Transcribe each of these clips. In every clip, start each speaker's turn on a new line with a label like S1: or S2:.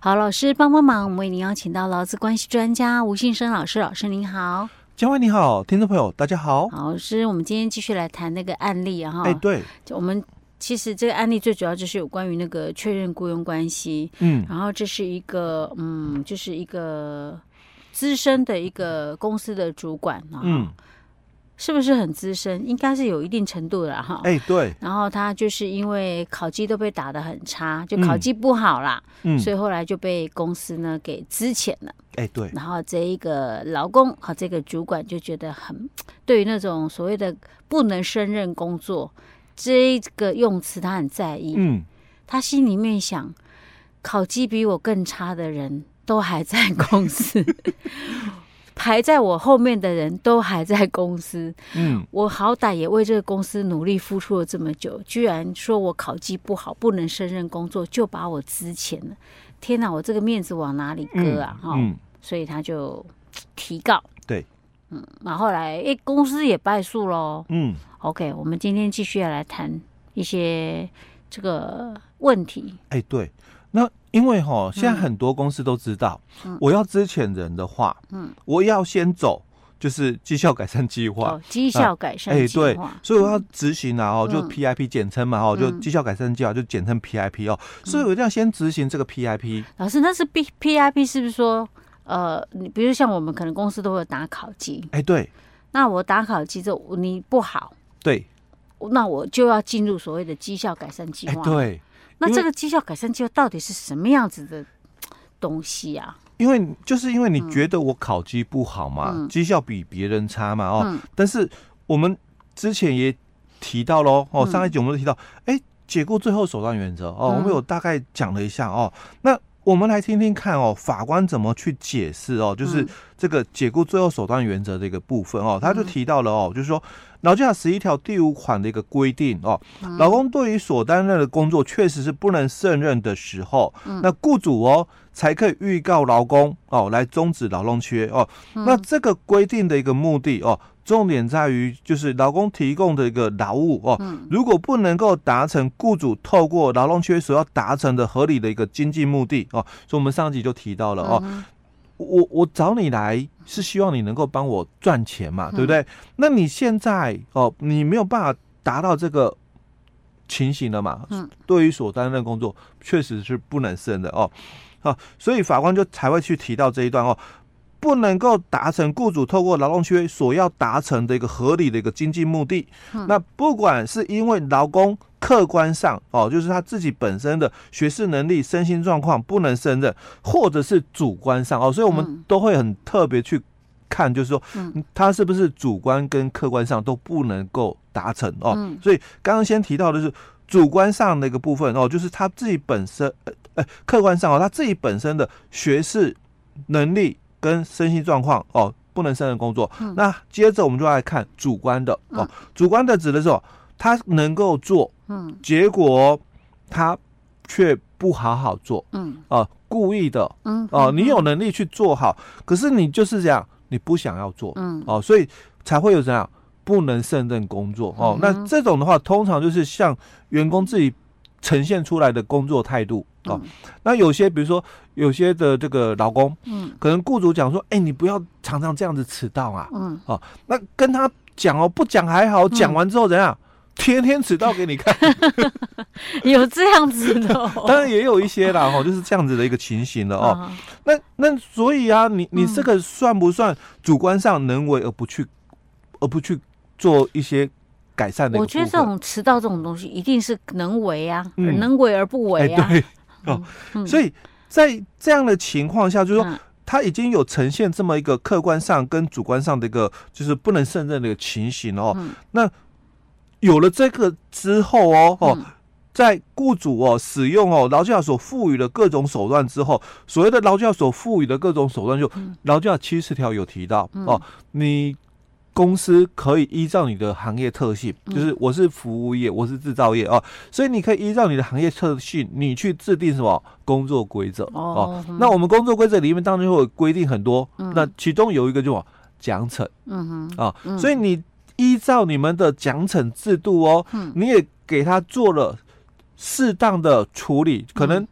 S1: 好，老师帮帮忙，我们为您邀请到劳资关系专家吴信生老师，老师您好。
S2: 嘉惠你好，听众朋友大家好。
S1: 好，是我们今天继续来谈那个案例啊哈。
S2: 哎、对，
S1: 就我们其实这个案例最主要就是有关于那个确认雇佣关系，
S2: 嗯，
S1: 然后这是一个嗯，就是一个资深的一个公司的主管啊，
S2: 嗯，
S1: 是不是很资深？应该是有一定程度了哈。
S2: 哎、对，
S1: 然后他就是因为烤鸡都被打得很差，就
S2: 嗯
S1: 烤鸡不好啦，
S2: 嗯，
S1: 所以后来就被公司呢给资遣了。
S2: 哎、对，
S1: 然后这一个劳工和这个主管就觉得很，对于那种所谓的不能胜任工作这个用词，他很在意。
S2: 嗯，
S1: 他心里面想，考绩比我更差的人都还在公司， 排在我后面的人都还在公司，
S2: 嗯，
S1: 我好歹也为这个公司努力付出了这么久，居然说我考绩不好，不能胜任工作，就把我资遣了。天哪，我这个面子往哪里搁啊？哈、
S2: 嗯，
S1: 所以他就提告。
S2: 对，
S1: 嗯，然后后来诶，公司也败诉喽。
S2: 嗯，
S1: OK，我们今天继续要来谈一些这个问题。
S2: 哎、对。那因为
S1: 嗯
S2: 哈，现在很多公司都知道，我要资遣人的话，嗯，我要先走，就是绩效改善计划。
S1: 哦，绩效改善
S2: 哎
S1: 计
S2: 对
S1: 划。
S2: 所以我要执行啊，哦，就
S1: 嗯
S2: PIP 简称嘛，哦，就
S1: 嗯
S2: 绩效改善计划，就简称 PIP 哦。所以我一定要先执行这个 PIP。
S1: 老师，那是 P P I P 是不是说？呃，你比如像我们可能公司都会有打考绩，
S2: 哎、对，哎
S1: 那我打考绩之后你不好，
S2: 对，
S1: 那我就要进入所谓的绩效改善计
S2: 哎、
S1: 划。，
S2: 对。
S1: 那
S2: 因为
S1: 这个绩效改善计划到底是什么样子的东西啊？
S2: 因为就是因为你觉得我考绩不好嘛
S1: 嗯，
S2: 绩、效比别人差嘛，哦，
S1: 嗯
S2: 但是我们之前也提到喽，哦，
S1: 嗯
S2: 上一集我们都提到，哎、解雇最后手段原则，哦，
S1: 嗯
S2: 我们有大概讲了一下哦，那。我们来听听看哦，法官怎么去解释哦，就是
S1: 嗯
S2: 这个解雇最后手段原则的一个部分哦，他就提到了哦，就是说劳基法十一条第五款的一个规定哦，
S1: 嗯
S2: 劳工对于所担任的工作确实是不能胜任的时候，那雇主哦才可以预告劳工哦来终止劳动契约哦。
S1: 嗯
S2: 那这个规定的一个目的哦，重点在于就是劳工提供的一个劳务哦，如果不能够达成雇主透过劳动契约所要达成的合理的一个经济目的哦，所以我们上集就提到了哦，
S1: 嗯
S2: 我我找你来是希望你能够帮我赚钱嘛，对不对？那你现在哦，你没有办法达到这个情形了嘛？
S1: 嗯，
S2: 对于所担任工作确实是不能胜的哦。好、所以法官就才会去提到这一段哦，不能够达成雇主透过劳动契约所要达成的一个合理的一个经济目的。那不管是因为劳工客观上哦，就是他自己本身的学识能力、身心状况不能胜任，或者是主观上哦，所以我
S1: 嗯
S2: 们都会很特别去看，就是说
S1: 嗯
S2: 他是不是主观跟客观上都不能够达成哦。
S1: 嗯
S2: 所以刚刚先提到的是主观上的一个部分哦，就是他自己本身呃呃客观上哦，他自己本身的学识能力跟身心状况哦。不能胜任工作，
S1: 嗯
S2: 那接着我们就来看主观的哦，主观的指的是哦，他能够做，
S1: 嗯
S2: 结果他却不好好做
S1: 嗯
S2: 啊、故意的
S1: 嗯
S2: 哦、你有能力去做好，可是你就是这样，你不想要做
S1: 嗯
S2: 哦、所以才会有这样不能胜任工作哦、
S1: 嗯
S2: 那这种的话，通常就是像员工自己呈现出来的工作态度哦、那有些比如说有些的这个劳工，
S1: 嗯
S2: 可能雇主讲说，哎、你不要常常这样子迟到啊，
S1: 嗯，
S2: 那跟他讲哦，不讲还好，讲完之后怎样？天天迟到给 你看，
S1: 有这样子的哦、
S2: 当然也有一些啦，哦，就是这样子的一个情形了哦。
S1: 啊，
S2: 那那所以啊，你你
S1: 嗯
S2: 这个算不算主观上能为而不去，而不去做一些改善的一
S1: 我
S2: 个
S1: 觉得
S2: 部
S1: 这
S2: 分
S1: 种迟到这种东西一定是能为啊，
S2: 嗯
S1: 能为而不为啊。
S2: 哎对哦，
S1: 嗯
S2: 所以在这样的情况下，就是说
S1: 嗯
S2: 他已经有呈现这么一个客观上跟主观上的一个就是不能胜任的一个情形了哦。
S1: 嗯
S2: 那有了这个之后哦哦，
S1: 嗯
S2: 在雇主哦使用哦劳教所赋予的各种手段之后，所谓的劳教所赋予的各种手段就，
S1: 嗯
S2: 劳教七十条有提到、哦，你公司可以依照你的行业特性，
S1: 嗯
S2: 就是我是服务业，我是制造业哦，所以你可以依照你的行业特性，你去制定什么工作规则哦。
S1: 哦，
S2: 那我们工作规则里面当然会有规定很多，那其中有一个就什么奖惩。
S1: 嗯哼，
S2: 啊，所以你依照你们的奖惩制度哦，你也给他做了适当的处理，可能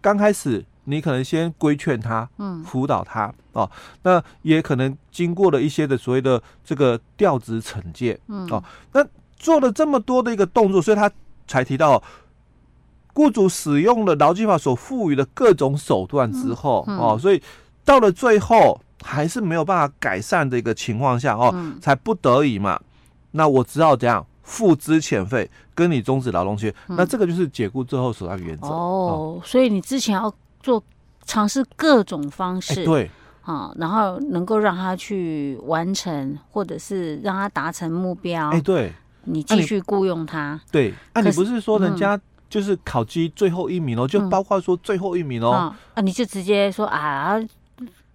S2: 刚开始你可能先规劝他，嗯，辅导他哦，那也可能经过了一些的所谓的这个调职惩戒，嗯，哦，那做了这么多的一个动作，所以他才提到。哦雇主使用了劳基法所赋予的各种手段之后，哦，所以到了最后还是没有办法改善的一个情况下，哦，才不得已嘛，那我只好怎样付资遣费，跟你终止劳动契约，那这个就是解雇最后手段原则。
S1: 哦，所以你之前要做尝试各种方
S2: 哎，
S1: 式，
S2: 对，
S1: 啊，然后能够让他去完成，或者是让他达成目标，
S2: 哎，对，
S1: 你
S2: 那
S1: 继
S2: 你
S1: 续雇佣他。
S2: 对，那啊你
S1: 可是嗯
S2: 不是说人家就是考绩最后一名哦，就包括说最后一名哦，
S1: 啊啊，你就直接说啊，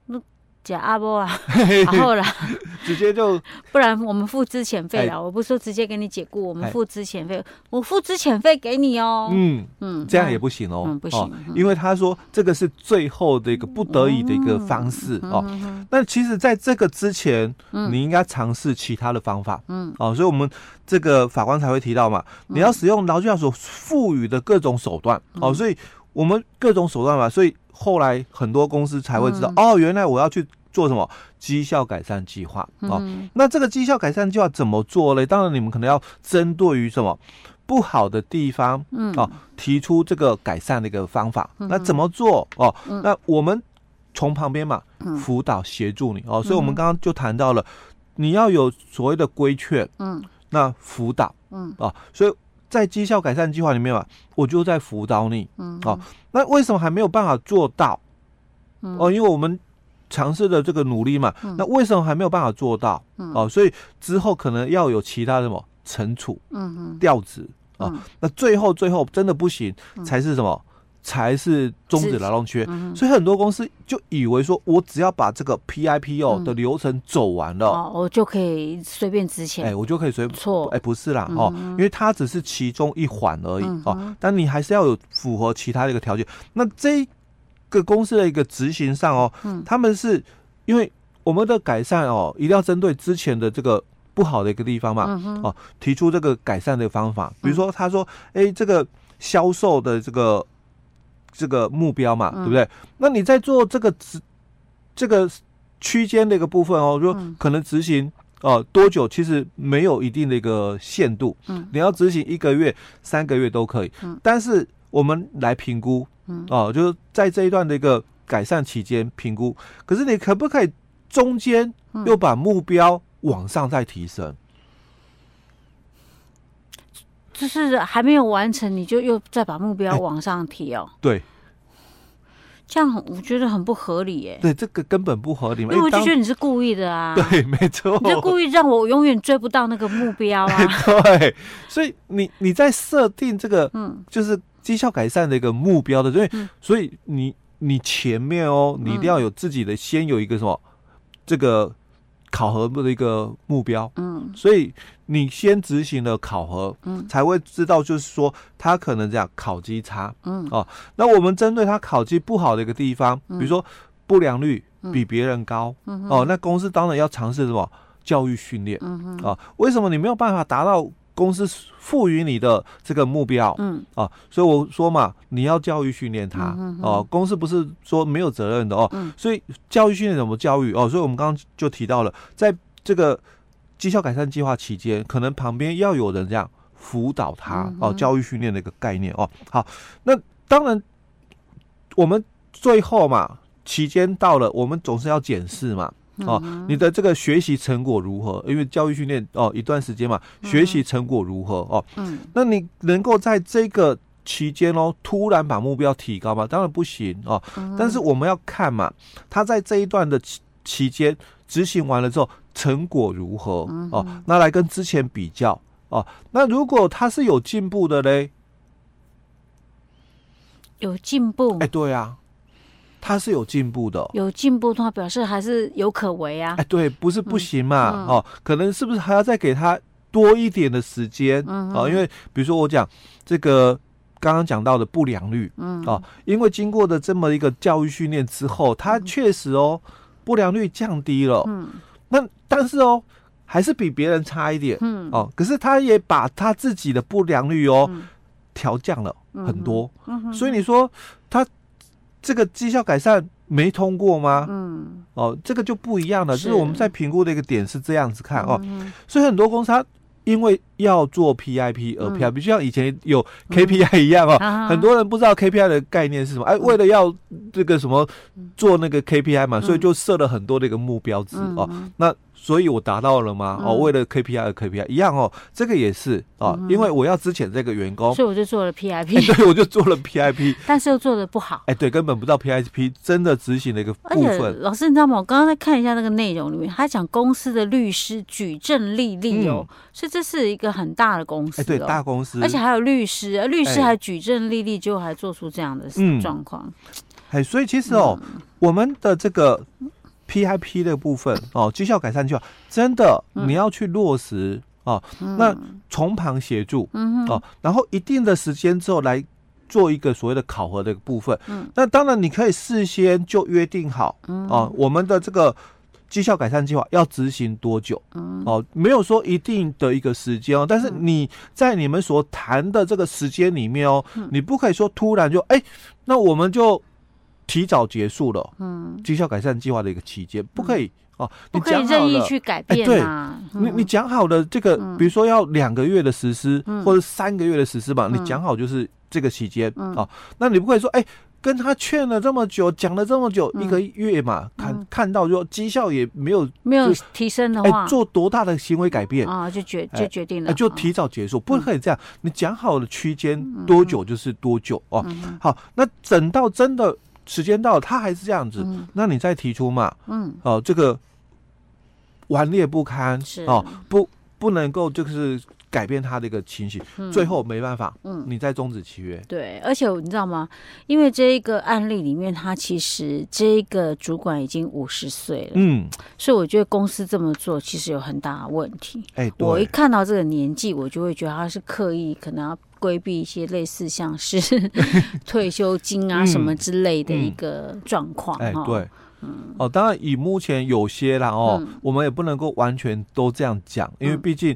S1: 那假阿波 啊，
S2: 嘿
S1: 然
S2: 嘿，
S1: 后啦，
S2: 直接就
S1: 不然我们付资遣费
S2: 哎
S1: 了。我不是说直接给你解雇，我们
S2: 哎
S1: 付资遣费，我付资遣费给你哦。
S2: 嗯，
S1: 嗯，
S2: 这样
S1: 那
S2: 也不行哦，
S1: 嗯不行
S2: 哦
S1: 嗯
S2: 因为他说这个是最后的一个不得已的一
S1: 嗯
S2: 个方式哦。那其实，在这个之前，
S1: 嗯
S2: 你应该尝试其他的方法，嗯，哦，所以我们这个法官才会提到嘛，
S1: 嗯
S2: 你要使用劳基法所赋予的各种手段，哦，所以我们各种手段嘛，所以后来很多公司才会知道，
S1: 嗯
S2: 哦，原来我要去。做什么绩效改善计划
S1: 嗯
S2: 哦？那这个绩效改善计划怎么做嘞？当然，你们可能要针对于什么不好的地方，嗯，哦，提出这个改善的一个方法。那怎么做哦？那我们从旁边嘛，辅导协助你哦。所以我们刚刚就谈到了，你要有所谓的规劝，
S1: 嗯，
S2: 那辅导，
S1: 嗯，
S2: 哦，所以在绩效改善计划里面嘛，我就在辅导你，嗯，哦，那为什么还没有办法做到？
S1: 嗯
S2: 哦，因为我们尝试的这个努力嘛，那为什么还没有办法做到？
S1: 嗯
S2: 哦，所以之后可能要有其他的什么惩处，
S1: 嗯嗯，
S2: 调职啊。
S1: 嗯
S2: 那最后最后真的不行，才是什么？才是终止劳动缺。
S1: 嗯
S2: 所以很多公司就以为说，我只要把这个 PIPO 的流程走完了，
S1: 嗯哦，我就可以随便资
S2: 哎、
S1: 遣。
S2: 我就可以随。
S1: 错
S2: 哎、，不是啦，哦，因为它只是其中一环而已、哦，但你还是要有符合其他的一个条件。那这个公司的一个执行上哦，他们是因为我们的改善哦，一定要针对之前的这个不好的一个地方
S1: 嗯
S2: 嘛，哦，提出这个改善的方法。比如说，他说，哎、这个销售的这个这个目标嘛，
S1: 嗯
S2: 对不对？那你在做这个执这个区间的一个部分哦，就
S1: 嗯
S2: 可能执行呃多久，其实没有一定的一个限度。
S1: 嗯，
S2: 你要执行一个月、三个月都可以。
S1: 嗯，
S2: 但是我们来评估，
S1: 嗯，
S2: 哦、就是在这一段的一个改善期间评估。可是你可不可以中间
S1: 嗯
S2: 又把目标往上再提升？
S1: 就是还没有完成，你就又再把目标往上提哦，
S2: 对
S1: 这样很我觉得很不合理耶。
S2: 对，这个根本不合理
S1: 因
S2: 嘛。
S1: 为我
S2: 因
S1: 就
S2: 为
S1: 觉得你是故意的啊，
S2: 当对，没错，
S1: 你就故意让我永远追不到那个目标啊。
S2: 哎对，所以你你在设定这个，嗯，就是绩效改善的一个目标的，因为、
S1: 嗯
S2: 所以你你前面哦，你一定要有自己的，先有一个什么这个考核的一个目标，
S1: 嗯，
S2: 所以你先执行了考核，嗯，才会知道就是说他可能这样考绩差，
S1: 嗯
S2: 哦，那我们针对他考绩不好的一个地方，比如说不良率比别人高，嗯、哦，那公司当然要尝试什么教育训练，嗯啊，为什么你没有办法达到公司赋予你的这个目标？
S1: 嗯
S2: 啊，所以我说嘛，你要教育训练他哦、公司不是说没有责任的哦，所以教育训练怎么教育哦？所以我们刚刚就提到了，在这个绩效改善计划期间，可能旁边要有人这样辅导他哦，教育训练的一个概念哦。好，那当然我们最后嘛，期间到了，我们总是要检视嘛。哦，你的这个学习成果如何？因为教育训练哦，一段时间嘛，学习成果如何？哦，
S1: 嗯，
S2: 那你能够在这个期间哦，突然把目标提高吗？当然不行哦。但是我们要看嘛，他在这一段的期期间执行完了之后，成果如何哦？那来跟之前比较哦。那如果他是有进步的嘞，
S1: 有进步
S2: 哎、，对啊，他是有进步的。哦
S1: 有进步的话，表示还是有可为啊
S2: 哎，。对，不是不行嘛，哦，可能是不是还要再给他多一点的时间？嗯，哦，因为比如说我讲这个刚刚讲到的不良率，嗯，哦，因为经过的这么一个教育训练之后，他确实哦不良率降低了，嗯，那但是哦还是比别人差一点，嗯，哦，可是他也把他自己的哦
S1: 嗯
S2: 嗯不良率哦调降了很多，所以你说他这个绩效改善没通过吗？嗯，哦，这个就不一样了，就是
S1: 是
S2: 我们在评估的一个点是这样子看哦，所以很多公司它因为要做 PIP 而 PIP，、就像以前有 KPI 一样哦，
S1: 啊嗯
S2: 很多人不知道 KPI 的概念是什么，哎，为了要这个什么做那个 KPI 嘛，所以就设了很多的一个目标值
S1: 嗯
S2: 哦。那所以我达到了吗？哦，为了 KPI 而 KPI 一样哦，这个也是哦，
S1: 嗯
S2: 因为我要之前这个员工，
S1: 所以我就做了 PIP，
S2: 对我哦哎就做了 PIP，
S1: 但是又做的不好。
S2: 哎，对，根本不知道 PIP 真的执行的一个
S1: 而
S2: 部
S1: 且
S2: 分。
S1: 老师，你知道吗？我刚刚在看一下那个内容里面，他讲公司的律师举证立例哦，所以这是一个很大的公司、
S2: 嗯哎，
S1: 哦，
S2: 对，大公司，
S1: 而且还有律师，呃律师
S2: 哎
S1: 还举证立例，结果还做出这样的
S2: 嗯
S1: 状况。
S2: 哎，所以其
S1: 嗯
S2: 实哦，我们的这个 PIP 的部分哦，绩效改善计划，真的
S1: 嗯
S2: 你要去落实哦。那从旁协助，嗯哦，然后一定的时间之后来做一个所谓的考核的一个部分。嗯，那当然你可以事先就约定好，嗯哦，我们的这个。绩效改善计划要执行多久？嗯，哦，没有说一定的一个时间哦，但是
S1: 嗯
S2: 你在你们所谈的这个时间里面哦，
S1: 嗯
S2: 你不可以说突然就哎、那我们就提早结束了，嗯，绩效改善计划的一个期间，不可以哦、
S1: 嗯不
S2: 你
S1: 可以
S2: 讲
S1: 任
S2: 好
S1: 意
S2: 了。
S1: 去改
S2: 哎
S1: 变
S2: 对
S1: 啊！
S2: 你你讲好了，这个
S1: 嗯
S2: 比如说要两个月的实施，或者三个月的实施
S1: 嗯
S2: 吧，你讲好就是这个期间哦。那你不可以说，哎，跟他劝了这么久，讲了这么久，
S1: 嗯
S2: 一个月嘛，看看到就绩效也没有，
S1: 没有提升的话
S2: 哎，，做多大的行为改变，
S1: 啊，就决
S2: 哎
S1: 就决定了，
S2: 哎，就
S1: 啊
S2: 提早结束，不可以这样。你讲好的区间
S1: 嗯
S2: 多久就是多久哦。好，那等到真的时间到了，他还是这样子，那你再提出嘛。
S1: 嗯，
S2: 哦，这个顽劣不堪
S1: 是
S2: 哦，不不能够就是改变他的一个情形，最后没办法，嗯，你再终止契约。
S1: 对，而且你知道吗？因为这一个案例里面，他其实这一个主管已经五十岁了，
S2: 嗯，
S1: 所以我觉得公司这么做其实有很大的问题。
S2: 哎，
S1: 我一
S2: 对，
S1: 看到这个年纪，我就会觉得他是刻意可能要规避一些类似像是 退休金啊
S2: 嗯
S1: 什么之类的
S2: 嗯
S1: 一个状况
S2: 哎
S1: 哈。嗯
S2: 对。哦，当然，以目前有些啦哦，我们也不能够完全都这样讲，因为
S1: 嗯
S2: 毕竟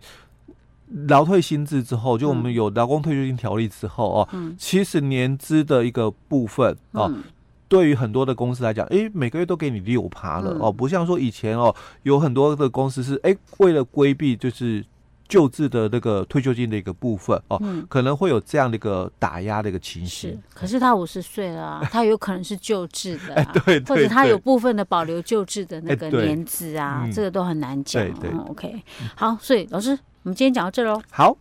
S2: 劳退新制之后，就我们有劳工退休金条例之后哦，其实年资的一个部分哦，
S1: 嗯
S2: 对于很多的公司来讲，诶，每个月都给你六趴
S1: 嗯
S2: 了、哦，不像说以前哦，有很多的公司是诶，为了规避就是救治的那个退休金的一个部分哦，
S1: 嗯
S2: 可能会有这样的一个打压的一个情
S1: 是
S2: 形。，
S1: 可是他五十岁了啊，他有可能是救治的、啊，
S2: 哎 对
S1: 或
S2: 对
S1: 者他有
S2: 对
S1: 部分的保留救治的那
S2: 哎
S1: 个
S2: 对
S1: 年资啊，
S2: 嗯
S1: 这个都很难讲、哦。
S2: 对对
S1: OK，好，所以老师，我们今天讲到这喽。
S2: 好，